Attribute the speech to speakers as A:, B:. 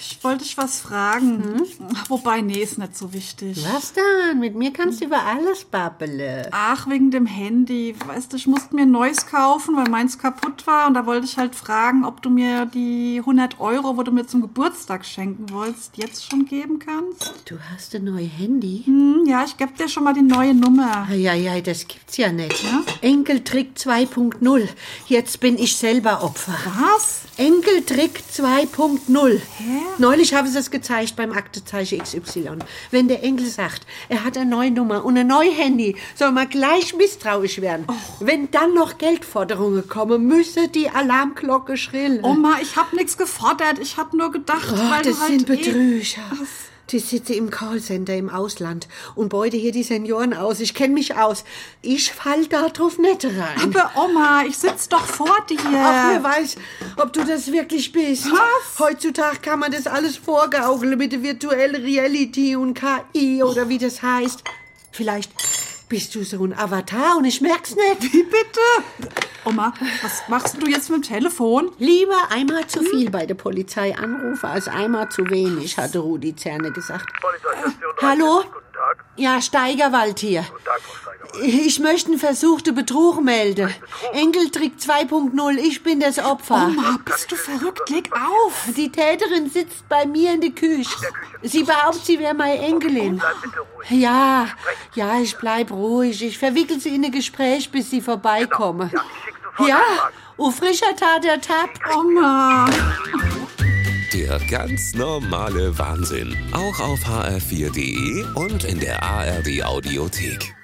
A: ich wollte dich was fragen. Wobei, nee, ist nicht so wichtig.
B: Hm? Was dann? Mit mir kannst du über alles babbeln.
A: Ach, wegen dem Handy. Weißt du, ich musste mir ein neues kaufen, weil meins kaputt war. Und da wollte ich halt fragen, ob du mir die 100 Euro, wo du mir zum Geburtstag schenken wolltest, jetzt schon geben kannst.
B: Du hast ein neues Handy?
A: Hm, ja, ich gebe dir schon mal die neue Nummer.
B: Ja, ja, das gibt's ja nicht. Enkeltrick 2.0. Jetzt bin ich selber Opfer.
A: Was?
B: Enkeltrick 2.0. Neulich haben sie es gezeigt beim Aktezeichen XY. Wenn der Enkel sagt, er hat eine neue Nummer und ein neues Handy, soll man gleich misstrauisch werden. Wenn dann noch Geldforderungen kommen, müsse die Alarmglocke schrillen.
A: Oma, ich hab nichts gefordert. Ich hab nur gedacht,
B: Oh,
A: weil
B: das
A: du halt
B: sind
A: eh
B: Betrüger. Die sitzen im Callcenter im Ausland und beute hier die Senioren aus. Ich kenne mich aus. Ich fall da drauf nicht rein.
A: Liebe Oma, ich sitz doch vor dir.
B: Ach, wer weiß, ob du das wirklich bist.
A: Was?
B: Heutzutage kann man das alles vorgaukeln mit der virtuellen Reality und KI oder wie das heißt. Vielleicht bist du so ein Avatar und ich merk's nicht.
A: Wie bitte? Oma, was machst du jetzt mit dem Telefon?
B: Lieber einmal zu viel bei der Polizei anrufen als einmal zu wenig, hatte Rudi Zerne gesagt.
C: Polizeistation
B: Hallo?
C: 43, Guten Tag.
B: Ja, Steigerwald hier.
C: Guten Tag, Frau Steigermann.
B: Ich möchte einen versuchten Betrug melden. Enkeltrick 2.0, ich bin das Opfer.
A: Oma, bist du verrückt? Leg auf.
B: Die Täterin sitzt bei mir in der Küche. Sie behauptet, sie wäre meine Enkelin.
C: Bleib bitte ruhig.
B: Ja, ja, ich bleib ruhig. Ich verwickel sie in ein Gespräch, bis sie vorbeikomme.
C: Genau. Ja, ich schicke sofort
B: Ja,
C: einen Wagen.
B: o frischer Tat ertappt.
A: Oma.
D: Der ganz normale Wahnsinn. Auch auf hr4.de und in der ARD-Audiothek.